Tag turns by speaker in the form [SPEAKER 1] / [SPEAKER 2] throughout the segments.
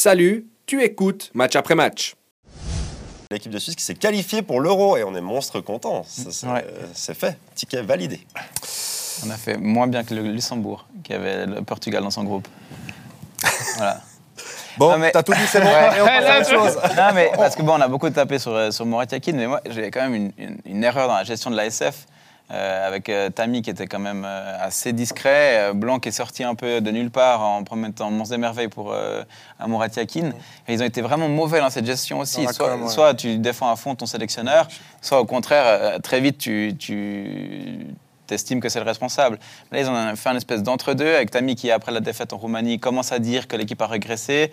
[SPEAKER 1] Salut, tu écoutes match après match.
[SPEAKER 2] L'équipe de Suisse qui s'est qualifiée pour l'euro et on est monstre content.
[SPEAKER 3] Mm.
[SPEAKER 2] Ça, C'est
[SPEAKER 4] Ouais.
[SPEAKER 2] euh, c'est fait, ticket validé.
[SPEAKER 4] On a fait moins bien que le Luxembourg, qui avait le Portugal dans son groupe. voilà.
[SPEAKER 5] Bon,
[SPEAKER 4] Non, mais-
[SPEAKER 5] t'as tout dit, c'est bon.
[SPEAKER 4] Ouais.
[SPEAKER 5] allez, on passe à autre chose.
[SPEAKER 4] Non, mais parce que bon, on a beaucoup tapé sur, euh, sur Mourad Yakin, mais moi, j'ai quand même une, une- une erreur dans la gestion de l'ASF. euh, avec euh, Tammy qui était quand même euh, assez discret, euh, Blanc qui est sorti un peu de nulle part en promettant Mons des Merveilles pour euh, à Mourad Yakin. Et ils ont été vraiment mauvais dans cette gestion aussi.
[SPEAKER 5] Dans la
[SPEAKER 4] soit,
[SPEAKER 5] com, ouais.
[SPEAKER 4] soit tu défends à fond ton sélectionneur, soit au contraire, euh, très vite, tu, tu t'estimes que c'est le responsable. Là, ils ont fait un espèce d'entre-deux avec Tammy qui, après la défaite en Roumanie, commence à dire que l'équipe a régressé.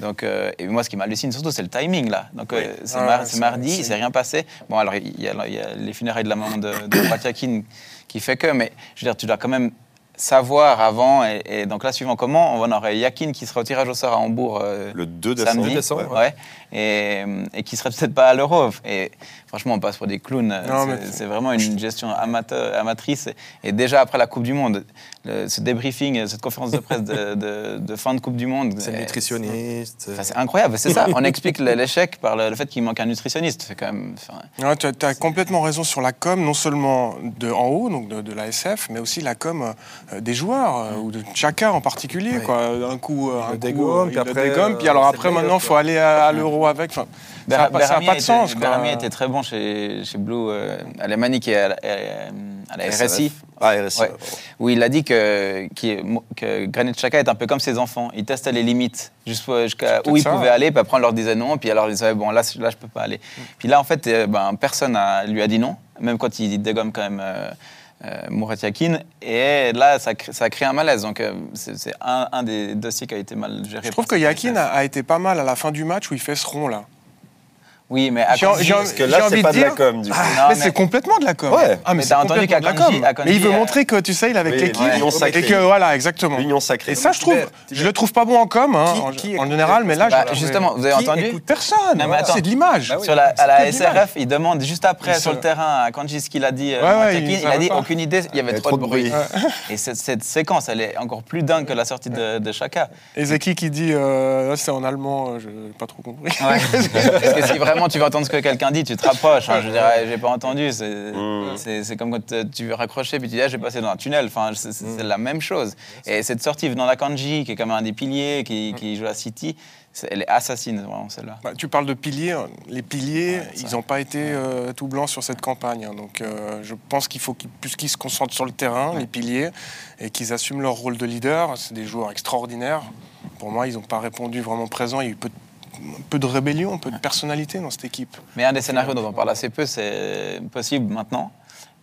[SPEAKER 4] Donc, euh, et moi, ce qui m'hallucine surtout, c'est le timing là. Donc, euh, c'est
[SPEAKER 5] Mm. Ah,
[SPEAKER 4] mar-
[SPEAKER 5] ouais,
[SPEAKER 4] c'est
[SPEAKER 5] c'est-
[SPEAKER 4] mardi,
[SPEAKER 5] c'est-
[SPEAKER 4] il s'est rien passé. Bon, alors il y, a, il y a les funérailles de la maman de, de Batiakin qui fait que, mais je veux dire, tu dois quand même savoir avant. Et, et donc là, suivant comment, on aurait Yakin qui sera au tirage au sort à Hambourg. euh,
[SPEAKER 2] Le 2 décembre.
[SPEAKER 4] Samedi,
[SPEAKER 5] décembre,
[SPEAKER 4] ouais. Et, et qui serait peut-être pas à l'euro. Et franchement, on passe pour des clowns.
[SPEAKER 5] Non,
[SPEAKER 4] C'est-
[SPEAKER 5] mais-
[SPEAKER 4] c'est vraiment une gestion amateur, amatrice. Et déjà après la Coupe du Monde, le- ce débriefing, cette conférence de presse de, de- de fin de Coupe du Monde.
[SPEAKER 5] C'est le
[SPEAKER 4] euh,
[SPEAKER 5] nutritionniste.
[SPEAKER 4] Enfin, c'est incroyable, c'est ça. On explique le- l'échec par le, le fait qu'il manque un nutritionniste. C'est quand même. enfin,
[SPEAKER 3] Ouais, tu as, tu as complètement raison sur la com, non seulement de en haut, donc de, de la SF, mais aussi la com euh, des joueurs, euh, ou de Chaka en particulier.
[SPEAKER 5] Oui.
[SPEAKER 3] Quoi. Un coup, euh,
[SPEAKER 5] Il
[SPEAKER 3] un
[SPEAKER 5] le
[SPEAKER 3] coup,
[SPEAKER 5] dégomme,
[SPEAKER 3] euh,
[SPEAKER 5] puis
[SPEAKER 3] il le
[SPEAKER 5] après,
[SPEAKER 3] dégomme,
[SPEAKER 5] euh,
[SPEAKER 3] puis alors
[SPEAKER 5] c'est
[SPEAKER 3] après,
[SPEAKER 5] le
[SPEAKER 3] maintenant,
[SPEAKER 5] playoff,
[SPEAKER 3] faut aller à, à l'euro avec. Enfin, ça n'a
[SPEAKER 4] Ber-
[SPEAKER 3] pas, ça a
[SPEAKER 4] Berami
[SPEAKER 3] pas
[SPEAKER 4] a
[SPEAKER 3] de
[SPEAKER 4] été-
[SPEAKER 3] sens. quoi.
[SPEAKER 4] Berami était très bon chez, chez Blue euh, Alemani qui est à la, euh, à la
[SPEAKER 2] SRF.
[SPEAKER 4] RSI.
[SPEAKER 2] Ah, RSI.
[SPEAKER 4] Ouais. où il a dit que, qui est- que Granit Xhaka est un peu comme ses enfants. Il testait les limites jusqu'à jusqu'à
[SPEAKER 3] peut-être
[SPEAKER 4] où il
[SPEAKER 3] ça,
[SPEAKER 4] pouvait
[SPEAKER 3] ouais. Mm.
[SPEAKER 4] aller. Puis après, on leur disait non. Puis alors, ils disaient bon, là, c- là je peux pas aller. Puis là, en fait, euh, ben, personne a- lui a dit non, même quand il dégomme quand même. Euh, euh, Mouret Yakin. et là ça, crée- ça crée un malaise donc euh, c'est c'est un, un des dossiers qui a été mal géré
[SPEAKER 3] Je
[SPEAKER 4] par
[SPEAKER 3] trouve que
[SPEAKER 4] cette
[SPEAKER 3] Yakin
[SPEAKER 4] SF.
[SPEAKER 3] a, a été pas mal à la fin du match où il fait ce rond là.
[SPEAKER 4] oui mais à
[SPEAKER 3] J'ai-
[SPEAKER 4] Kanji-
[SPEAKER 3] j'ai-
[SPEAKER 2] Parce que là,
[SPEAKER 3] J'ai
[SPEAKER 2] c'est
[SPEAKER 3] envie
[SPEAKER 2] pas
[SPEAKER 3] de
[SPEAKER 2] de la
[SPEAKER 3] dire- Ah.
[SPEAKER 2] com, du coup.
[SPEAKER 4] Non,
[SPEAKER 3] mais
[SPEAKER 4] mais-
[SPEAKER 3] c'est complètement de la com.
[SPEAKER 2] Ah, Ouais.
[SPEAKER 3] Ah, mais,
[SPEAKER 4] Mais
[SPEAKER 3] c'est
[SPEAKER 4] t'as entendu
[SPEAKER 3] complètement de la
[SPEAKER 4] qu'Akanji-
[SPEAKER 3] com.
[SPEAKER 4] Akanji,
[SPEAKER 3] Mais il veut
[SPEAKER 4] euh,
[SPEAKER 3] montrer que tu sais, il est avec
[SPEAKER 2] Oui,
[SPEAKER 3] l'équipe.
[SPEAKER 2] l'union sacrée.
[SPEAKER 3] Et que voilà, exactement.
[SPEAKER 2] L'union sacrée.
[SPEAKER 3] Et ça, je trouve,
[SPEAKER 5] Mais-
[SPEAKER 3] je le trouve pas bon en com, hein,
[SPEAKER 5] Qui-
[SPEAKER 3] en,
[SPEAKER 5] qui
[SPEAKER 3] en
[SPEAKER 5] écoute-
[SPEAKER 3] général, mais là,
[SPEAKER 4] Bah,
[SPEAKER 3] je-
[SPEAKER 4] justement vous avez
[SPEAKER 5] Qui
[SPEAKER 4] entendu
[SPEAKER 5] écoute-
[SPEAKER 3] personne.
[SPEAKER 4] Non, mais
[SPEAKER 3] voilà.
[SPEAKER 4] attends.
[SPEAKER 3] C'est de l'image.
[SPEAKER 5] Bah oui.
[SPEAKER 4] Sur la, à la
[SPEAKER 3] c'est que de l'image.
[SPEAKER 4] SRF, il demande juste après
[SPEAKER 3] Ils
[SPEAKER 4] sur le
[SPEAKER 3] se-
[SPEAKER 4] terrain à Kanji ce qu'il a dit. euh,
[SPEAKER 3] Ouais, ouais,
[SPEAKER 4] Montaki.
[SPEAKER 3] ils
[SPEAKER 4] il a
[SPEAKER 3] savaient
[SPEAKER 4] dit
[SPEAKER 3] pas.
[SPEAKER 4] aucune idée, il y avait trop, de bruit. Et cette, cette séquence, elle est encore plus dingue que la sortie de, de Chaka.
[SPEAKER 3] Et Zeki qui dit, euh, là, c'est en allemand, euh, je n'ai pas trop compris.
[SPEAKER 4] Parce que si vraiment tu veux entendre ce que quelqu'un dit, tu te rapproches. hein. je dirais, j'ai pas entendu. C'est c'est- c'est comme quand euh, tu veux raccrocher puis tu dis, ah, j'ai passé dans un tunnel. Enfin, c'est c'est- c'est la même chose. Et cette sortie venant d'Akanji, qui est comme un des piliers, qui, qui joue à City, c'est- elle est assassine, vraiment, celle-là.
[SPEAKER 3] Bah, tu parles de piliers. Les piliers,
[SPEAKER 4] Ouais, ça.
[SPEAKER 3] ils n'ont pas été euh, tout blancs sur cette campagne. hein. donc, euh, je pense qu'il faut qu'ils, plus qu'ils se concentrent sur le terrain, les piliers, et qu'ils assument leur rôle de leader. C'est des joueurs extraordinaires. Pour moi, ils n'ont pas répondu vraiment présent. Il y a eu peu de, peu de rébellion, peu de personnalité dans cette équipe.
[SPEAKER 4] Mais un des scénarios dont on parle assez peu, c'est possible maintenant,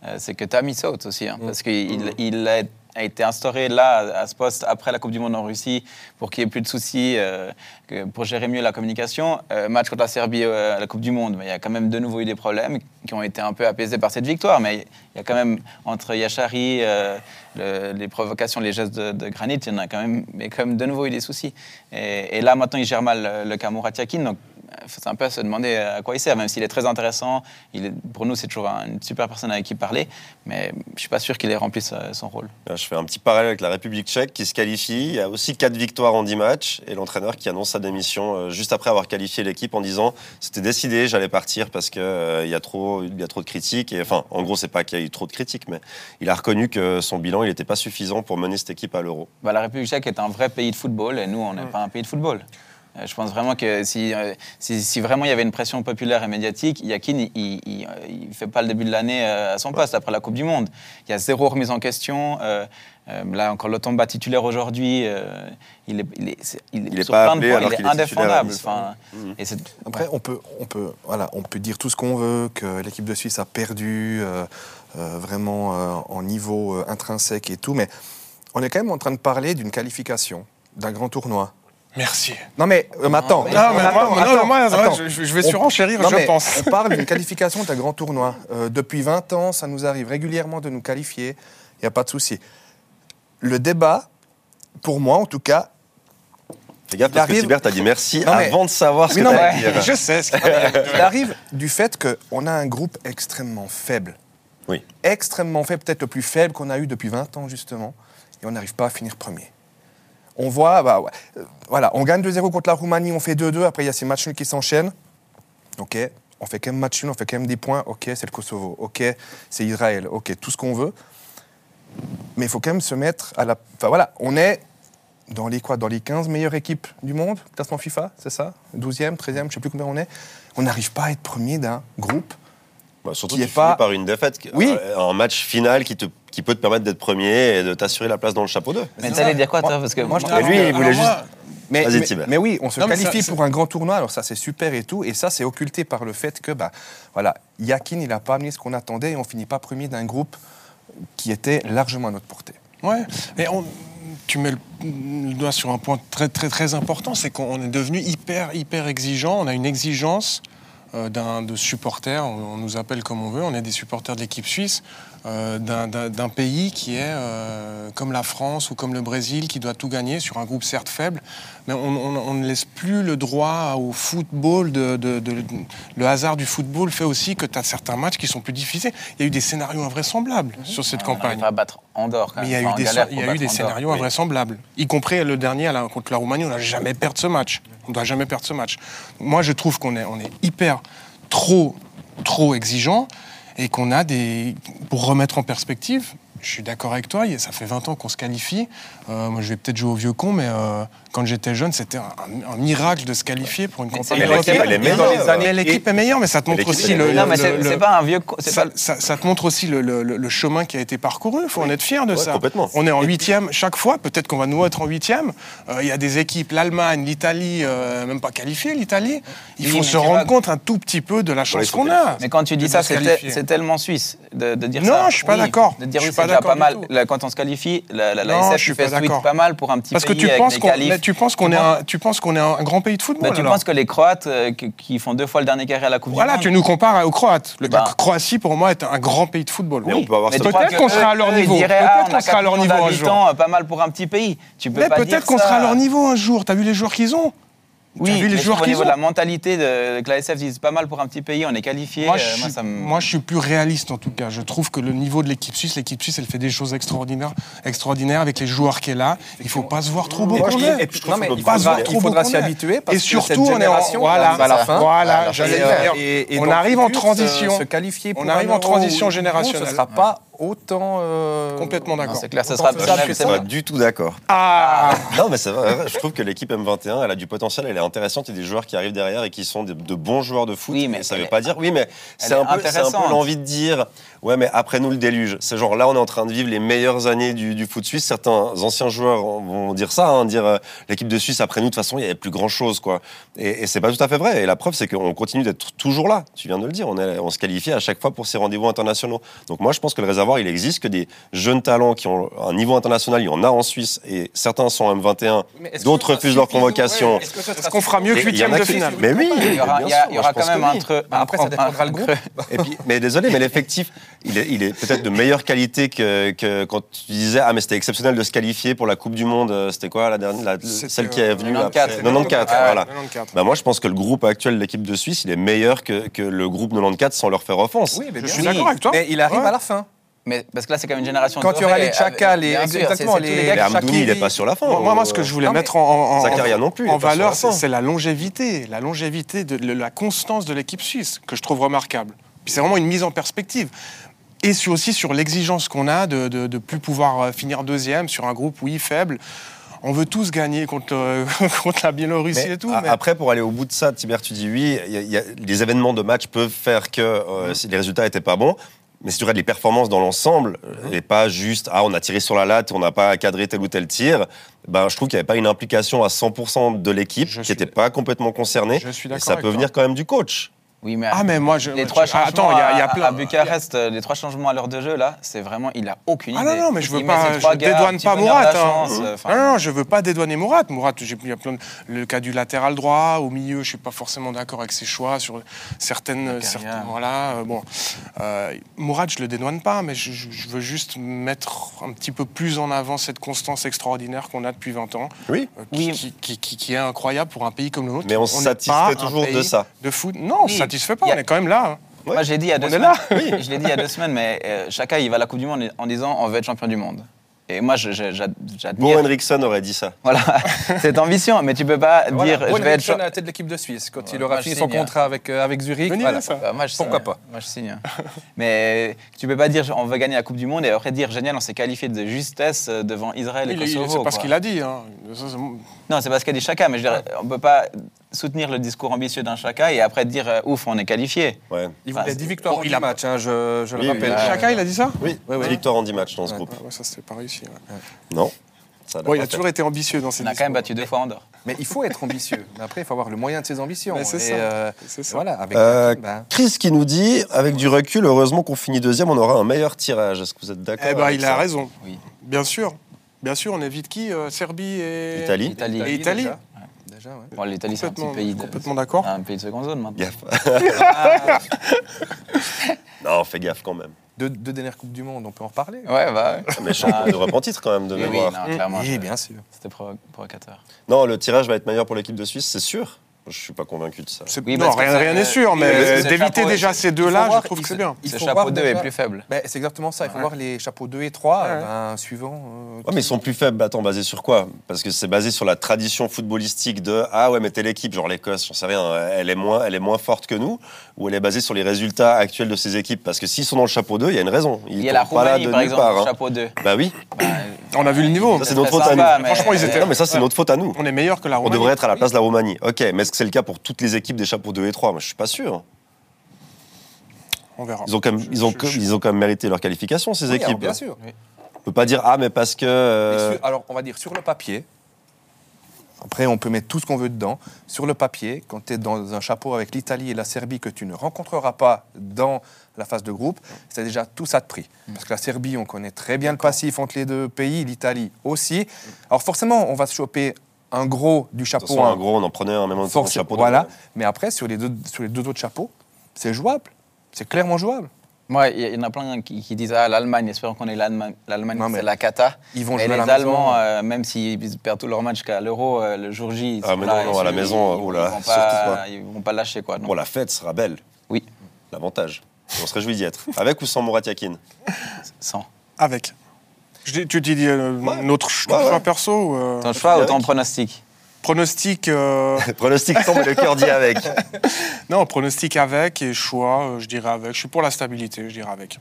[SPEAKER 4] euh, c'est que Tammy saute aussi. hein, Parce qu'il il a, a été instauré là, à ce poste, après la Coupe du Monde en Russie, pour qu'il n'y ait plus de soucis, euh, que- pour gérer mieux la communication. Euh, match contre la Serbie euh, à la Coupe du Monde, mais il y a quand même de nouveau eu des problèmes qui ont été un peu apaisés par cette victoire. Mais il y a quand même, entre Yachari, euh, le- les provocations, les gestes de, de Granit, il y en a quand même, mais quand même de nouveau eu des soucis. Et, et là, maintenant, il gère mal euh, le cas Mouratiakin, donc c'est un peu à se demander euh, à quoi il sert, même s'il est très intéressant. Il est- pour nous, c'est toujours un- une super personne avec qui parler, mais je ne suis pas sûr qu'il ait rempli sa- son rôle.
[SPEAKER 2] Là, Je fais un petit parallèle avec la République tchèque qui se qualifie. Il y a aussi 4 victoires en 10 matchs et l'entraîneur qui annonce sa démission euh, juste après avoir qualifié l'équipe en disant c'était décidé, j'allais partir parce que euh, il y a trop il y a trop de critiques et enfin en gros c'est pas qu'il y a eu trop de critiques mais il a reconnu que son bilan il n'était pas suffisant pour mener cette équipe à l'Euro.
[SPEAKER 4] Bah, la République tchèque est un vrai pays de football et nous, on n'est
[SPEAKER 2] Mm.
[SPEAKER 4] pas un pays de football. Euh, Je pense vraiment que si, euh, si, si vraiment il y avait une pression populaire et médiatique, Yakin, il ne fait pas le début de l'année euh, à son poste après la Coupe du Monde. Il y a zéro remise en question. euh, euh, là encore, Lotomba titulaire aujourd'hui, euh, il est, il est- c'est- il est-
[SPEAKER 2] Il est
[SPEAKER 4] sur
[SPEAKER 2] pas
[SPEAKER 4] plein de
[SPEAKER 2] appelé
[SPEAKER 4] points,
[SPEAKER 2] alors
[SPEAKER 4] il est
[SPEAKER 2] qu'il est titulaire à
[SPEAKER 4] indéfendable.
[SPEAKER 2] Nice. hein. Mm.
[SPEAKER 4] Enfin, et c'est-
[SPEAKER 5] Après, on peut, on peut, voilà, on peut dire tout ce qu'on veut, que l'équipe de Suisse a perdu euh, euh, vraiment euh, en niveau euh, intrinsèque et tout, mais on est quand même en train de parler d'une qualification, d'un grand tournoi.
[SPEAKER 3] Merci.
[SPEAKER 5] Non mais, euh, mais attends,
[SPEAKER 4] mais-
[SPEAKER 3] Non, Ah, mais
[SPEAKER 5] attends,
[SPEAKER 3] moi, non,
[SPEAKER 5] attends,
[SPEAKER 3] moi,
[SPEAKER 5] attends.
[SPEAKER 3] je, je- je vais
[SPEAKER 5] On-
[SPEAKER 3] surenchérir,
[SPEAKER 5] Non,
[SPEAKER 3] je
[SPEAKER 5] mais
[SPEAKER 3] pense.
[SPEAKER 5] On parle d'une qualification d'un grand tournoi. Euh, depuis 20 ans, ça nous arrive régulièrement de nous qualifier. Il n'y a pas de souci. Le débat, pour moi en tout cas,
[SPEAKER 2] Les gars,
[SPEAKER 5] Il
[SPEAKER 2] parce que
[SPEAKER 5] arrive-
[SPEAKER 2] Tibert t'a dit merci
[SPEAKER 5] Non, mais-
[SPEAKER 2] avant de savoir ce
[SPEAKER 5] Oui,
[SPEAKER 2] que
[SPEAKER 5] non,
[SPEAKER 2] t'allais
[SPEAKER 4] mais-
[SPEAKER 2] dire.
[SPEAKER 3] Je sais ce qu'il
[SPEAKER 5] il arrive du fait qu'on a un groupe extrêmement faible.
[SPEAKER 2] Oui.
[SPEAKER 5] Extrêmement faible, peut-être le plus faible qu'on a eu depuis 20 ans justement. Et on n'arrive pas à finir premier. On voit, bah, ouais, euh, voilà, on gagne 2-0 contre la Roumanie, on fait 2-2, après il y a ces matchs nuls qui s'enchaînent. Ok, on fait quand même match nul, on fait quand même des points. Ok, c'est le Kosovo. Ok, c'est Israël. Ok, tout ce qu'on veut. Mais il faut quand même se mettre à la. Enfin voilà, on est dans les quoi Dans les 15 meilleures équipes du monde, classement FIFA, c'est ça 12e, 13e, je sais plus combien on est. On n'arrive pas à être premier d'un groupe.
[SPEAKER 2] Bah, surtout
[SPEAKER 5] Qui
[SPEAKER 2] tu
[SPEAKER 5] est pas-
[SPEAKER 2] finis par une défaite.
[SPEAKER 5] Oui.
[SPEAKER 2] Un- Un match final qui, te, qui peut te permettre d'être premier et de t'assurer la place dans le chapeau 2.
[SPEAKER 4] Mais
[SPEAKER 5] c'est
[SPEAKER 4] t'allais
[SPEAKER 5] ça.
[SPEAKER 4] dire quoi, toi
[SPEAKER 5] Moi-
[SPEAKER 4] Parce que
[SPEAKER 5] moi, je
[SPEAKER 3] Alors
[SPEAKER 2] Mais lui,
[SPEAKER 3] que-
[SPEAKER 2] il voulait
[SPEAKER 3] alors moi,
[SPEAKER 5] Mais,
[SPEAKER 2] Vas-y,
[SPEAKER 5] mais-
[SPEAKER 2] Tibet.
[SPEAKER 5] mais oui, on se
[SPEAKER 3] Non, mais
[SPEAKER 5] qualifie
[SPEAKER 3] ça-
[SPEAKER 5] pour un grand tournoi, alors ça c'est super et tout. Et ça c'est occulté par le fait que bah, voilà, Yakin il n'a pas amené ce qu'on attendait et on finit pas premier d'un groupe qui était largement à notre portée.
[SPEAKER 3] Ouais, mais on- tu mets le, le doigt sur un point très très très important, c'est qu'on est devenu hyper hyper exigeant. On a une exigence euh, d'un de supporters, on, on nous appelle comme on veut, on est des supporters de l'équipe suisse, euh, d'un- d'un d'un pays qui est euh, comme la France ou comme le Brésil, qui doit tout gagner sur un groupe certes faible, mais on, on- on ne laisse plus le droit au football, de, de- de- le hasard du football fait aussi que tu as certains matchs qui sont plus difficiles. Il y a eu des scénarios invraisemblables sur cette
[SPEAKER 4] On n'arrive
[SPEAKER 3] campagne.
[SPEAKER 4] pas à battre Andorre, quand même.
[SPEAKER 3] Mais il y a
[SPEAKER 4] Enfin,
[SPEAKER 3] eu
[SPEAKER 4] on
[SPEAKER 3] des,
[SPEAKER 4] galère
[SPEAKER 3] il y a
[SPEAKER 4] pour
[SPEAKER 3] eu des
[SPEAKER 4] battre Andorre.
[SPEAKER 3] scénarios invraisemblables, y compris le dernier là, contre la Roumanie. On n'a jamais perdu ce match. On ne doit jamais perdre ce match. Moi, je trouve qu'on est, on est hyper trop, trop exigeant et qu'on a des. Pour remettre en perspective, je suis d'accord avec toi, il y a- ça fait 20 ans qu'on se qualifie. Euh, moi, je vais peut-être jouer au vieux con, mais euh, quand j'étais jeune, c'était un, un miracle de se qualifier pour une
[SPEAKER 4] c'est
[SPEAKER 3] campagne
[SPEAKER 2] Mais
[SPEAKER 4] Et
[SPEAKER 2] l'équipe,
[SPEAKER 4] l'équipe,
[SPEAKER 2] elle est
[SPEAKER 4] et
[SPEAKER 2] meilleure.
[SPEAKER 4] dans les années-
[SPEAKER 3] Mais L'équipe est meilleure, mais ça te montre
[SPEAKER 2] l'équipe, elle
[SPEAKER 3] aussi
[SPEAKER 2] est
[SPEAKER 3] le.
[SPEAKER 2] meilleure.
[SPEAKER 3] le-
[SPEAKER 4] Non, mais c'est
[SPEAKER 3] le-
[SPEAKER 4] c'est pas un vieux. co- c'est
[SPEAKER 3] ça,
[SPEAKER 4] pas-
[SPEAKER 3] ça- ça te montre aussi le, le- le- le chemin qui a été parcouru. Il faut en être fier de
[SPEAKER 2] Ouais,
[SPEAKER 3] ça.
[SPEAKER 2] complètement.
[SPEAKER 3] On est en huitième chaque fois. Peut-être qu'on va nous être en huitième. Euh, Il y a des équipes, l'Allemagne, l'Italie, euh, même pas qualifiées, l'Italie. Il
[SPEAKER 4] Oui,
[SPEAKER 3] faut
[SPEAKER 4] mais
[SPEAKER 3] se
[SPEAKER 4] tu
[SPEAKER 3] rendre
[SPEAKER 4] vois-
[SPEAKER 3] compte un tout petit peu de la chance
[SPEAKER 2] ils sont
[SPEAKER 3] qu'on a.
[SPEAKER 4] Mais quand tu dis
[SPEAKER 3] de
[SPEAKER 4] ça,
[SPEAKER 3] se
[SPEAKER 4] c'est te-
[SPEAKER 3] qualifier.
[SPEAKER 4] c'est tellement suisse de, de dire
[SPEAKER 3] Non,
[SPEAKER 4] ça.
[SPEAKER 3] je suis pas
[SPEAKER 4] Oui,
[SPEAKER 3] d'accord.
[SPEAKER 4] De dire
[SPEAKER 3] Je
[SPEAKER 4] oui, c'est
[SPEAKER 3] suis pas
[SPEAKER 4] déjà pas
[SPEAKER 3] d'accord
[SPEAKER 4] mal.
[SPEAKER 3] du tout.
[SPEAKER 4] Là, quand on se qualifie, la, la, la
[SPEAKER 3] Non,
[SPEAKER 4] SF
[SPEAKER 3] je suis
[SPEAKER 4] fait
[SPEAKER 3] pas
[SPEAKER 4] ce tweet
[SPEAKER 3] d'accord.
[SPEAKER 4] pas mal pour un petit
[SPEAKER 3] Parce que
[SPEAKER 4] pays
[SPEAKER 3] tu
[SPEAKER 4] avec
[SPEAKER 3] penses
[SPEAKER 4] des
[SPEAKER 3] qu'on
[SPEAKER 4] qualifs.
[SPEAKER 3] mais tu penses qu'on est
[SPEAKER 4] penses-
[SPEAKER 3] un, tu penses qu'on est un, un grand pays de football.
[SPEAKER 4] Mais tu
[SPEAKER 3] alors.
[SPEAKER 4] penses que les Croates euh, qui, qui font deux fois le dernier carré à la Coupe
[SPEAKER 3] Voilà,
[SPEAKER 4] du
[SPEAKER 3] tu
[SPEAKER 4] Monde.
[SPEAKER 3] nous compares aux Croates. Le
[SPEAKER 4] Bah.
[SPEAKER 3] la Croatie, pour moi, est un grand pays de football.
[SPEAKER 2] Mais on peut avoir
[SPEAKER 4] Mais
[SPEAKER 2] ça.
[SPEAKER 4] tu crois
[SPEAKER 3] Peut-être
[SPEAKER 4] que
[SPEAKER 3] qu'on sera
[SPEAKER 4] eux-
[SPEAKER 3] à leur
[SPEAKER 4] eux, ils
[SPEAKER 3] niveau.
[SPEAKER 4] diraient, ah,
[SPEAKER 3] Peut-être
[SPEAKER 4] on
[SPEAKER 3] qu'on
[SPEAKER 4] a
[SPEAKER 3] sera à leur
[SPEAKER 4] 4 millions
[SPEAKER 3] niveau un
[SPEAKER 4] d'habitants,
[SPEAKER 3] jour.
[SPEAKER 4] euh, Pas mal pour un petit pays. Tu peux
[SPEAKER 3] Mais
[SPEAKER 4] pas
[SPEAKER 3] peut-être
[SPEAKER 4] dire
[SPEAKER 3] qu'on
[SPEAKER 4] ça.
[SPEAKER 3] sera à leur niveau un jour. T'as vu les joueurs qu'ils ont
[SPEAKER 4] Oui,
[SPEAKER 3] T'as vu les
[SPEAKER 4] mais je
[SPEAKER 3] joueurs
[SPEAKER 4] trouve au
[SPEAKER 3] qu'ils
[SPEAKER 4] niveau
[SPEAKER 3] ont
[SPEAKER 4] de la mentalité de, que la SF dise pas mal pour un petit pays, on est qualifié.
[SPEAKER 3] Moi,
[SPEAKER 4] euh,
[SPEAKER 3] je suis,
[SPEAKER 4] ça me-
[SPEAKER 3] moi, je suis plus réaliste en tout cas. Je trouve que le niveau de l'équipe suisse, l'équipe suisse, elle fait des choses extraordinaires, extraordinaires avec les joueurs qu'elle a. Il faut pas se voir trop beau
[SPEAKER 5] Moi,
[SPEAKER 3] qu'on
[SPEAKER 5] je-
[SPEAKER 3] est.
[SPEAKER 5] et puis,
[SPEAKER 2] Je
[SPEAKER 5] non,
[SPEAKER 2] trouve
[SPEAKER 5] mais
[SPEAKER 2] qu'on
[SPEAKER 5] il
[SPEAKER 2] doit
[SPEAKER 5] faudra,
[SPEAKER 2] pas se voir
[SPEAKER 5] il
[SPEAKER 3] trop
[SPEAKER 5] faudra
[SPEAKER 3] beau
[SPEAKER 5] s'y
[SPEAKER 3] qu'on est.
[SPEAKER 5] habituer parce
[SPEAKER 3] Et
[SPEAKER 5] que cette
[SPEAKER 3] surtout, on est en
[SPEAKER 5] génération
[SPEAKER 3] voilà,
[SPEAKER 5] arrive à la fin.
[SPEAKER 3] voilà.
[SPEAKER 5] Et,
[SPEAKER 3] j'allais
[SPEAKER 5] euh,
[SPEAKER 3] dire.
[SPEAKER 5] et- et
[SPEAKER 3] on
[SPEAKER 5] dans le
[SPEAKER 3] arrive en
[SPEAKER 5] futur, se-
[SPEAKER 3] transition.
[SPEAKER 5] Se qualifier pour
[SPEAKER 3] On arrive
[SPEAKER 5] un
[SPEAKER 3] en
[SPEAKER 5] Euro
[SPEAKER 3] transition
[SPEAKER 5] ou-
[SPEAKER 3] générationnelle.
[SPEAKER 5] Ce sera pas autant. euh,
[SPEAKER 3] Complètement
[SPEAKER 4] Non,
[SPEAKER 3] d'accord.
[SPEAKER 4] C'est clair, ça sera
[SPEAKER 5] Pourtant,
[SPEAKER 4] plus
[SPEAKER 5] ça,
[SPEAKER 2] Je
[SPEAKER 4] simple.
[SPEAKER 2] suis
[SPEAKER 4] c'est
[SPEAKER 2] pas
[SPEAKER 4] vrai.
[SPEAKER 2] du tout d'accord.
[SPEAKER 3] Ah,
[SPEAKER 2] Non, mais c'est vrai. Je trouve que l'équipe M21, elle a du potentiel, elle est intéressante. Il y a des joueurs qui arrivent derrière et qui sont de, de bons joueurs de foot.
[SPEAKER 4] Oui, mais
[SPEAKER 2] Et ça
[SPEAKER 4] elle
[SPEAKER 2] veut
[SPEAKER 4] est-
[SPEAKER 2] pas dire. Oui, mais c'est
[SPEAKER 4] elle est
[SPEAKER 2] un peu, c'est un peu
[SPEAKER 4] intéressante.
[SPEAKER 2] l'envie de dire. Ouais, mais après nous le déluge. C'est genre là, on est en train de vivre les meilleures années du, du foot suisse. Certains anciens joueurs vont dire ça, hein, dire euh, l'équipe de Suisse après nous. De toute façon, il y avait plus grand chose, quoi. Et, et c'est pas tout à fait vrai. Et la preuve, c'est qu'on continue d'être toujours là. Tu viens de le dire. On, est- on se qualifie à chaque fois pour ces rendez-vous internationaux. Donc moi, je pense que le réservoir, il existe que des jeunes talents qui ont un niveau international. Il y en a en Suisse et certains sont en M21.
[SPEAKER 5] Mais est-ce que
[SPEAKER 2] D'autres
[SPEAKER 5] ce sera
[SPEAKER 2] refusent leur
[SPEAKER 5] suffisant
[SPEAKER 2] convocation.
[SPEAKER 5] Ouais, est-ce que ce
[SPEAKER 3] est-ce
[SPEAKER 5] sera
[SPEAKER 3] qu'on fera mieux que
[SPEAKER 2] Et il y en
[SPEAKER 3] huitième
[SPEAKER 2] a
[SPEAKER 3] de
[SPEAKER 2] qui-
[SPEAKER 3] finale
[SPEAKER 2] Mais oui,
[SPEAKER 4] Il y aura,
[SPEAKER 2] bien
[SPEAKER 4] il y a-
[SPEAKER 2] sûr,
[SPEAKER 4] il y aura
[SPEAKER 2] je pense
[SPEAKER 4] quand même
[SPEAKER 2] que
[SPEAKER 4] un
[SPEAKER 2] oui.
[SPEAKER 4] creux.
[SPEAKER 5] Bah, après, ça
[SPEAKER 4] un-
[SPEAKER 5] dépendra
[SPEAKER 4] un
[SPEAKER 5] le groupe.
[SPEAKER 4] creux.
[SPEAKER 2] Et puis, mais désolé, mais l'effectif, il est, il est peut-être de meilleure qualité que, que quand tu disais Ah, mais c'était exceptionnel de se qualifier pour la Coupe du Monde. euh, C'était quoi la dernière la-
[SPEAKER 3] C'était,
[SPEAKER 2] Celle qui est venue
[SPEAKER 4] euh,
[SPEAKER 2] après-
[SPEAKER 4] 94,
[SPEAKER 2] 94,
[SPEAKER 4] ouais.
[SPEAKER 2] voilà.
[SPEAKER 3] 94.
[SPEAKER 2] Bah, moi, je pense que le groupe actuel de l'équipe de Suisse, il est meilleur que, que le groupe 94 sans leur faire offense.
[SPEAKER 5] Oui, mais
[SPEAKER 3] Je
[SPEAKER 5] bien
[SPEAKER 3] suis
[SPEAKER 5] sûr.
[SPEAKER 3] d'accord avec toi.
[SPEAKER 5] Mais il arrive
[SPEAKER 3] Ouais.
[SPEAKER 5] à la fin.
[SPEAKER 4] Mais parce que là, c'est quand même une génération.
[SPEAKER 5] Quand il y aura
[SPEAKER 4] dorée,
[SPEAKER 5] les Tchaka,
[SPEAKER 4] avec-
[SPEAKER 5] les-
[SPEAKER 4] bien sûr, c'est-
[SPEAKER 5] exactement,
[SPEAKER 4] c'est tous
[SPEAKER 5] les-
[SPEAKER 4] gars
[SPEAKER 2] Mais
[SPEAKER 4] qui-
[SPEAKER 2] Amdouni, il n'est pas sur la fin.
[SPEAKER 3] Moi, moi, moi, ce que je voulais
[SPEAKER 5] Non, mais-
[SPEAKER 3] mettre en, en-
[SPEAKER 2] Sa
[SPEAKER 3] en-
[SPEAKER 2] carrière non plus, il
[SPEAKER 3] en
[SPEAKER 2] est pas sur
[SPEAKER 3] valeur, c'est
[SPEAKER 2] la fin.
[SPEAKER 3] c'est la longévité, la longévité de, de la constance de l'équipe suisse que je trouve remarquable. Puis c'est vraiment une mise en perspective. Et sur- aussi sur l'exigence qu'on a de, de, de plus pouvoir euh, finir deuxième sur un groupe, oui, faible. On veut tous gagner contre, euh, contre la Biélorussie
[SPEAKER 2] Mais
[SPEAKER 3] et tout.
[SPEAKER 2] a-
[SPEAKER 3] mais-
[SPEAKER 2] Après, pour aller au bout de ça, Tiber, tu dis oui, il y a- il y a- les événements de match peuvent faire que euh,
[SPEAKER 3] Mm.
[SPEAKER 2] si les résultats n'étaient pas bons. Mais si tu regardes les performances dans l'ensemble, euh,
[SPEAKER 3] Mm.
[SPEAKER 2] et pas juste, ah, on a tiré sur la latte, on n'a pas cadré tel ou tel tir, ben, je trouve qu'il n'y avait pas une implication à 100% de l'équipe
[SPEAKER 3] Je
[SPEAKER 2] qui
[SPEAKER 3] suis-
[SPEAKER 2] n'était pas complètement concernée.
[SPEAKER 3] Je suis
[SPEAKER 2] Et
[SPEAKER 3] d'accord
[SPEAKER 2] ça
[SPEAKER 3] avec
[SPEAKER 2] peut
[SPEAKER 3] toi.
[SPEAKER 2] venir quand même du coach.
[SPEAKER 4] Oui, mais.
[SPEAKER 3] ah, mais moi, je.
[SPEAKER 4] Les
[SPEAKER 3] je-
[SPEAKER 4] trois
[SPEAKER 3] ah,
[SPEAKER 4] changements
[SPEAKER 3] Attends, il y a- il y, a plein.
[SPEAKER 4] à Bucarest, euh, les trois changements à l'heure de jeu, là, c'est vraiment, il a aucune
[SPEAKER 3] Ah
[SPEAKER 4] idée.
[SPEAKER 3] non, non, mais je veux
[SPEAKER 4] Il met ses
[SPEAKER 3] pas.
[SPEAKER 4] trois
[SPEAKER 3] Je
[SPEAKER 4] gars, un
[SPEAKER 3] dédouane
[SPEAKER 4] petit
[SPEAKER 3] pas
[SPEAKER 4] bonheur de
[SPEAKER 3] Mourad.
[SPEAKER 4] la
[SPEAKER 3] hein.
[SPEAKER 4] chance, euh,
[SPEAKER 3] Non,
[SPEAKER 4] enfin,
[SPEAKER 3] non, non, je veux pas dédouaner Mourad. Mourad, j'ai il y a plein de- le cas du latéral droit, au milieu, je suis pas forcément d'accord avec ses choix sur certaines,
[SPEAKER 4] carrière.
[SPEAKER 3] certaines- voilà. euh, bon, Euh, Mourad, je le dédouane pas, mais je, je- je veux juste mettre un petit peu plus en avant cette constance extraordinaire qu'on a depuis 20 ans,
[SPEAKER 2] Oui.
[SPEAKER 3] euh,
[SPEAKER 4] Oui.
[SPEAKER 3] qui, qui, qui- qui- qui est incroyable pour un pays comme le nôtre.
[SPEAKER 2] Mais on se
[SPEAKER 3] n'est pas
[SPEAKER 2] satisfait
[SPEAKER 3] un
[SPEAKER 2] toujours de
[SPEAKER 3] pays
[SPEAKER 2] ça.
[SPEAKER 3] De foot, non, on
[SPEAKER 4] Oui.
[SPEAKER 3] se satisfait pas.
[SPEAKER 4] Il y a-
[SPEAKER 3] On est quand même là. hein.
[SPEAKER 2] Ouais.
[SPEAKER 4] Moi, j'ai dit il y a deux
[SPEAKER 3] On est
[SPEAKER 4] semaines.
[SPEAKER 3] là,
[SPEAKER 4] Je l'ai dit il y a deux semaines, mais euh, Chaka, il va à la Coupe du Monde en disant on veut être champion du monde. Et moi, je- je- j'a- j'admire.
[SPEAKER 2] Bo Henriksen aurait dit ça.
[SPEAKER 4] Voilà, cette ambition. Mais tu peux pas
[SPEAKER 6] Voilà,
[SPEAKER 4] dire,
[SPEAKER 6] Bowen
[SPEAKER 4] je vais être.
[SPEAKER 6] Eriksson à la tête de l'équipe de Suisse quand il
[SPEAKER 4] Ouais,
[SPEAKER 6] aura
[SPEAKER 4] moi,
[SPEAKER 6] fini
[SPEAKER 4] je
[SPEAKER 6] son
[SPEAKER 4] signe. hein.
[SPEAKER 6] contrat avec, euh, avec Zurich.
[SPEAKER 3] Bonne idée,
[SPEAKER 6] voilà.
[SPEAKER 3] ça.
[SPEAKER 4] Bah, moi, je
[SPEAKER 6] Pourquoi
[SPEAKER 4] signe.
[SPEAKER 6] pas
[SPEAKER 4] Moi, je signe. Mais tu peux pas dire on veut gagner la Coupe du Monde et après dire génial, on s'est qualifié de justesse euh, devant Israël et
[SPEAKER 3] Il- il-
[SPEAKER 4] Kosovo.
[SPEAKER 3] C'est
[SPEAKER 4] quoi.
[SPEAKER 3] pas ce qu'il a dit. hein. Ça, c'est mon-
[SPEAKER 4] Non, c'est pas ce qu'a dit Chaka, mais je dirais, on peut pas soutenir le discours ambitieux d'un Chaka et après dire euh, ouf, on est qualifié.
[SPEAKER 2] Ouais.
[SPEAKER 6] Ah, Il
[SPEAKER 4] Enfin,
[SPEAKER 6] voulait 10 victoires
[SPEAKER 3] bon,
[SPEAKER 6] en
[SPEAKER 3] il
[SPEAKER 6] 10
[SPEAKER 3] a-
[SPEAKER 6] matchs, hein, je, je
[SPEAKER 2] Oui,
[SPEAKER 6] le
[SPEAKER 2] oui,
[SPEAKER 6] rappelle.
[SPEAKER 4] Euh,
[SPEAKER 2] oui.
[SPEAKER 3] Chacun, il a dit ça
[SPEAKER 2] Oui,
[SPEAKER 6] Ouais, ouais.
[SPEAKER 2] victoire en 10 matchs dans ce groupe.
[SPEAKER 3] Ouais, Ça, c'était pas réussi. ouais.
[SPEAKER 2] Non. Ça l'a
[SPEAKER 3] Bon, il
[SPEAKER 2] pas
[SPEAKER 3] a
[SPEAKER 2] fait.
[SPEAKER 3] toujours été ambitieux dans ses
[SPEAKER 4] On a quand
[SPEAKER 3] discours.
[SPEAKER 4] même battu deux fois Andorre.
[SPEAKER 6] Mais il faut être ambitieux. Mais Après, il faut avoir le moyen de ses ambitions.
[SPEAKER 3] Mais c'est
[SPEAKER 6] Et,
[SPEAKER 3] ça.
[SPEAKER 6] euh,
[SPEAKER 3] C'est ça.
[SPEAKER 6] voilà, avec
[SPEAKER 2] Euh,
[SPEAKER 6] ben,
[SPEAKER 2] Chris qui nous dit, avec du recul, heureusement qu'on finit deuxième, on aura un meilleur tirage. Est-ce que vous êtes d'accord
[SPEAKER 3] Eh ben,
[SPEAKER 2] avec
[SPEAKER 3] il
[SPEAKER 2] ça
[SPEAKER 3] a raison.
[SPEAKER 4] Oui.
[SPEAKER 3] Bien sûr. Bien sûr, on évite qui Euh, Serbie et.
[SPEAKER 2] Italie.
[SPEAKER 4] L'Italie.
[SPEAKER 3] Et Italie.
[SPEAKER 6] déjà. Déjà, ouais.
[SPEAKER 4] Bon, l'Italie, c'est un
[SPEAKER 3] Complètement,
[SPEAKER 4] petit pays. De, Ah.
[SPEAKER 3] complètement d'accord.
[SPEAKER 4] un pays de seconde zone maintenant.
[SPEAKER 2] Gaffe. non, fais gaffe quand même.
[SPEAKER 6] Deux, deux dernières Coupes du Monde, on peut en reparler.
[SPEAKER 2] Ah,
[SPEAKER 4] Ouais, bah. ouais.
[SPEAKER 2] Mais champion d'Europe en titre quand même de
[SPEAKER 4] Eh Oui, oui,
[SPEAKER 2] mémoire.
[SPEAKER 4] non, clairement.
[SPEAKER 6] Oui,
[SPEAKER 4] je-
[SPEAKER 6] bien sûr.
[SPEAKER 4] C'était provo- provocateur.
[SPEAKER 2] Non, le tirage va être meilleur pour l'équipe de Suisse, c'est sûr. Je suis pas convaincu de ça.
[SPEAKER 3] C'est-
[SPEAKER 4] Oui,
[SPEAKER 3] non,
[SPEAKER 4] parce que
[SPEAKER 3] rien
[SPEAKER 4] c'est-
[SPEAKER 3] rien n'est sûr,
[SPEAKER 4] oui, parce que
[SPEAKER 3] mais euh,
[SPEAKER 4] c'est
[SPEAKER 3] d'éviter
[SPEAKER 4] chapeau-
[SPEAKER 3] déjà ces
[SPEAKER 6] il
[SPEAKER 3] deux-là,
[SPEAKER 6] faut
[SPEAKER 3] je
[SPEAKER 6] voir-
[SPEAKER 3] trouve que
[SPEAKER 6] il
[SPEAKER 3] c'est
[SPEAKER 6] se-
[SPEAKER 3] bien.
[SPEAKER 6] il
[SPEAKER 4] Ce
[SPEAKER 6] faut voir
[SPEAKER 4] chapeau 2 est
[SPEAKER 6] déjà-
[SPEAKER 4] plus faible.
[SPEAKER 6] Ben, c'est exactement ça. Il faut voir les chapeaux 2 et 3,
[SPEAKER 3] Ouais, ouais.
[SPEAKER 6] ben, suivant. euh,
[SPEAKER 2] Ouais, mais ils sont plus faibles. bah, Attends, basé sur quoi Parce que c'est basé sur la tradition footballistique de ah ouais, mais telle équipe, genre l'Écosse, j'en sais rien, elle est moins, elle est moins forte que nous, ou elle est basée sur les résultats actuels de ces équipes. Parce que s'ils sont dans le chapeau 2, il y a une raison. Ils
[SPEAKER 4] Il y a la
[SPEAKER 2] tombent pas là
[SPEAKER 4] Roumanie,
[SPEAKER 2] de
[SPEAKER 4] par
[SPEAKER 2] nulle
[SPEAKER 4] exemple,
[SPEAKER 2] part, hein.
[SPEAKER 4] chapeau 2.
[SPEAKER 2] Bah oui.
[SPEAKER 3] On a vu le niveau.
[SPEAKER 2] Ça, c'est
[SPEAKER 4] C'est
[SPEAKER 2] notre
[SPEAKER 4] très
[SPEAKER 2] faute à
[SPEAKER 4] sympa,
[SPEAKER 2] nous.
[SPEAKER 4] mais- euh,
[SPEAKER 3] Franchement, ils étaient-
[SPEAKER 2] Non, mais ça, c'est notre faute à nous.
[SPEAKER 3] On est meilleur que la
[SPEAKER 2] On
[SPEAKER 3] Roumanie.
[SPEAKER 2] devrait être à la place de la Roumanie. Ok, mais est-ce que c'est le cas pour toutes les équipes des chapeaux 2 et 3 Moi, je suis pas sûr.
[SPEAKER 3] On verra.
[SPEAKER 2] Ils ont quand même,
[SPEAKER 3] Je-
[SPEAKER 2] ils ont,
[SPEAKER 3] je-
[SPEAKER 2] quand-
[SPEAKER 3] je-
[SPEAKER 2] ils ont quand même mérité leur qualification, ces
[SPEAKER 6] oui, alors,
[SPEAKER 2] équipes.
[SPEAKER 6] bien sûr.
[SPEAKER 2] On peut pas dire ah, mais parce que.
[SPEAKER 6] Mais
[SPEAKER 2] euh,
[SPEAKER 6] sur- alors, on va dire sur le papier. Après, on peut mettre tout ce qu'on veut dedans. Sur le papier, quand tu es dans un chapeau avec l'Italie et la Serbie que tu ne rencontreras pas dans la phase de groupe, c'est déjà tout ça de prix.
[SPEAKER 2] Mm.
[SPEAKER 6] Parce que la Serbie, on connaît très bien le passif entre les deux pays, l'Italie aussi. Alors forcément, on va se choper un gros du
[SPEAKER 2] de toute
[SPEAKER 6] chapeau
[SPEAKER 2] façon,
[SPEAKER 6] 1.
[SPEAKER 2] en gros, on en prenait un même en tant que
[SPEAKER 6] Forcé-
[SPEAKER 2] chapeau 2.
[SPEAKER 6] voilà. Mais après, sur les deux, sur les deux autres chapeaux, c'est jouable. C'est clairement jouable.
[SPEAKER 4] Moi, il y il y en a plein qui, qui disent Ah, l'Allemagne, espérons qu'on ait l'Allemagne, l'Allemagne
[SPEAKER 6] Non, mais
[SPEAKER 4] c'est la cata.
[SPEAKER 6] Ils vont
[SPEAKER 4] Et
[SPEAKER 6] jouer
[SPEAKER 4] les
[SPEAKER 6] à la maison.
[SPEAKER 4] Allemands, euh, même s'ils perdent tous leurs matchs jusqu'à l'Euro, euh, le jour J, ils
[SPEAKER 2] Ah,
[SPEAKER 4] sont
[SPEAKER 2] mais
[SPEAKER 4] là,
[SPEAKER 2] non, non,
[SPEAKER 4] ils
[SPEAKER 2] à la
[SPEAKER 4] sont-
[SPEAKER 2] maison,
[SPEAKER 4] ils,
[SPEAKER 2] oh là,
[SPEAKER 4] ils vont
[SPEAKER 2] surtout
[SPEAKER 4] pas,
[SPEAKER 2] pas.
[SPEAKER 4] ils vont pas lâcher quoi. non.
[SPEAKER 2] Bon, la fête sera belle.
[SPEAKER 4] Oui,
[SPEAKER 2] L'avantage. On se réjouit d'y être. Avec ou sans Murat Yakin
[SPEAKER 4] sans.
[SPEAKER 3] Avec. Je dis- tu dis euh,
[SPEAKER 2] Ouais.
[SPEAKER 3] notre ch- ton
[SPEAKER 2] Ouais, ouais.
[SPEAKER 3] choix perso. euh,
[SPEAKER 4] Ton choix ou
[SPEAKER 2] avec.
[SPEAKER 4] ton pronostic
[SPEAKER 3] pronostic. euh,
[SPEAKER 2] Pronostic tombe et le cœur dit avec.
[SPEAKER 3] non, pronostic avec et choix, euh, je dirais avec. Je suis pour la stabilité, je dirais avec.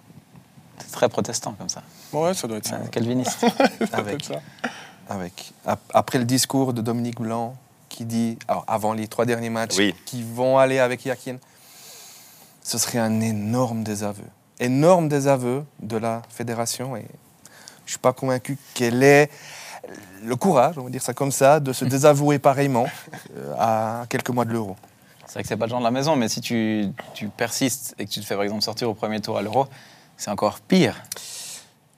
[SPEAKER 4] C'est très protestant comme ça.
[SPEAKER 3] Bon, ouais, ça doit être ça.
[SPEAKER 4] C'est calviniste.
[SPEAKER 3] Ça doit
[SPEAKER 6] Avec.
[SPEAKER 3] être ça.
[SPEAKER 6] Avec. Ap- Après le discours de Dominique Blanc qui dit, alors, avant les trois derniers matchs,
[SPEAKER 2] Oui.
[SPEAKER 6] qui vont aller avec Yakin, ce serait un énorme désaveu. Énorme désaveu de la fédération. Et je ne suis pas convaincu qu'elle ait le courage, on va dire ça comme ça, de se désavouer pareillement euh, à quelques mois de l'euro.
[SPEAKER 4] C'est vrai que c'est pas le genre de la maison, mais si tu, tu persistes et que tu te fais par exemple sortir au premier tour à l'Euro, c'est encore pire.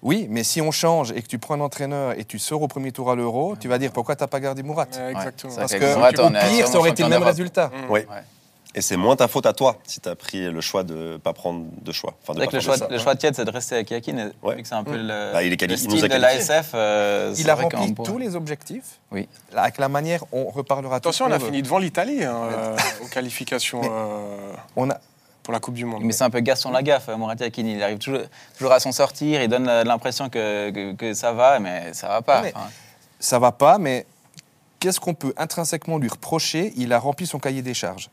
[SPEAKER 6] Oui, mais si on change et que tu prends un entraîneur et tu sors au premier tour à l'euro, tu vas dire pourquoi tu n'as pas gardé Mourat
[SPEAKER 3] Ouais, exactement.
[SPEAKER 4] c'est
[SPEAKER 6] Parce
[SPEAKER 4] vrai
[SPEAKER 6] que,
[SPEAKER 4] qu'avec Mourat,
[SPEAKER 6] au
[SPEAKER 4] on est
[SPEAKER 6] pire, ça aurait été le
[SPEAKER 4] sûrement
[SPEAKER 6] même
[SPEAKER 4] champion Mmh.
[SPEAKER 6] résultat.
[SPEAKER 2] Oui.
[SPEAKER 4] Ouais.
[SPEAKER 2] Et c'est moins ta faute à toi si tu as pris le choix de pas prendre de choix. Enfin, de
[SPEAKER 4] C'est vrai
[SPEAKER 2] pas
[SPEAKER 4] que le
[SPEAKER 2] prendre
[SPEAKER 4] choix,
[SPEAKER 2] de
[SPEAKER 4] le choix de Tiet, c'est de rester avec Yakin. et
[SPEAKER 2] Ouais.
[SPEAKER 4] Vu que c'est un peu le,
[SPEAKER 2] Bah, il est quali-
[SPEAKER 4] le
[SPEAKER 2] il nous
[SPEAKER 4] style
[SPEAKER 2] a
[SPEAKER 4] de
[SPEAKER 2] qualifiés.
[SPEAKER 4] l'ASF. euh, c'est
[SPEAKER 6] Il a
[SPEAKER 4] vrai qu'on
[SPEAKER 6] rempli
[SPEAKER 4] pourrait-
[SPEAKER 6] tous les objectifs.
[SPEAKER 4] Oui.
[SPEAKER 6] Là, Avec la manière, on reparlera. tout
[SPEAKER 3] Attention,
[SPEAKER 6] ce
[SPEAKER 3] on a
[SPEAKER 6] qu'on
[SPEAKER 3] fini devant l'Italie hein, euh, aux qualifications
[SPEAKER 6] Mais-
[SPEAKER 3] euh,
[SPEAKER 6] veut. On a.
[SPEAKER 3] pour la Coupe du Monde.
[SPEAKER 4] Mais c'est un peu Gaston Lagaffe, Mourati Akini. euh, Il arrive toujours, toujours à s'en sortir, il donne l'impression que, que, que ça va, mais ça va pas.
[SPEAKER 6] Ouais, mais-
[SPEAKER 4] Enfin,
[SPEAKER 6] Ça va pas, mais qu'est-ce qu'on peut intrinsèquement lui reprocher Il a rempli son cahier des charges.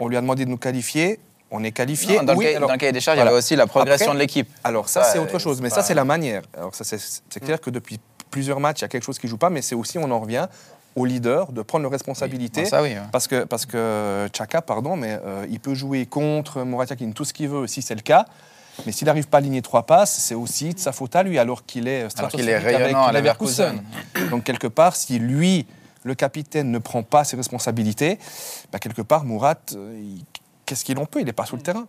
[SPEAKER 6] On lui a demandé de nous qualifier. On est qualifié.
[SPEAKER 4] non, dans,
[SPEAKER 6] Oui,
[SPEAKER 4] le, cahier-
[SPEAKER 6] alors,
[SPEAKER 4] dans le cahier des charges, il y
[SPEAKER 6] voilà.
[SPEAKER 4] avait aussi la progression
[SPEAKER 6] Après-
[SPEAKER 4] de l'équipe.
[SPEAKER 6] alors ça,
[SPEAKER 4] Ouais,
[SPEAKER 6] c'est autre chose. Mais
[SPEAKER 4] c'est
[SPEAKER 6] ça,
[SPEAKER 4] pas- Hmm.
[SPEAKER 6] c'est la manière. Alors ça, c'est c'est clair que depuis plusieurs matchs, il y a quelque chose qui joue pas. Mais c'est aussi, on en revient au leader de prendre leurs responsabilités.
[SPEAKER 4] Bon, ça, oui. ouais.
[SPEAKER 6] Parce que, parce que Chaka, pardon, mais euh, il peut jouer contre Mourad Yakin tout ce qu'il veut, si c'est le cas. Mais s'il n'arrive pas à aligner trois passes, c'est aussi de sa faute à lui, alors qu'il est
[SPEAKER 4] Alors qu'il
[SPEAKER 6] stratosphérique
[SPEAKER 4] est rayonnant à
[SPEAKER 6] avec
[SPEAKER 4] Leverkusen.
[SPEAKER 6] Donc quelque part, si lui, le capitaine, ne prend pas ses responsabilités, bah, quelque part, Mourad, euh, il- qu'est-ce qu'il en peut Il n'est pas sur le terrain.